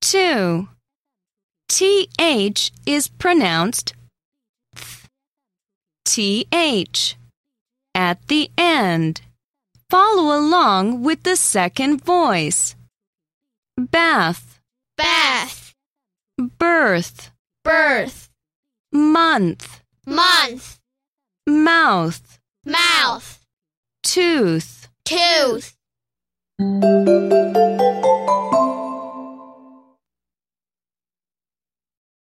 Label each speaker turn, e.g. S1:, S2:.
S1: Two. TH is pronounced th. TH at the end. Follow along with the second voice. Bath,
S2: bath,
S1: birth,
S2: birth,
S1: month,
S2: month,
S1: mouth,
S2: mouth,
S1: tooth.
S2: tooth.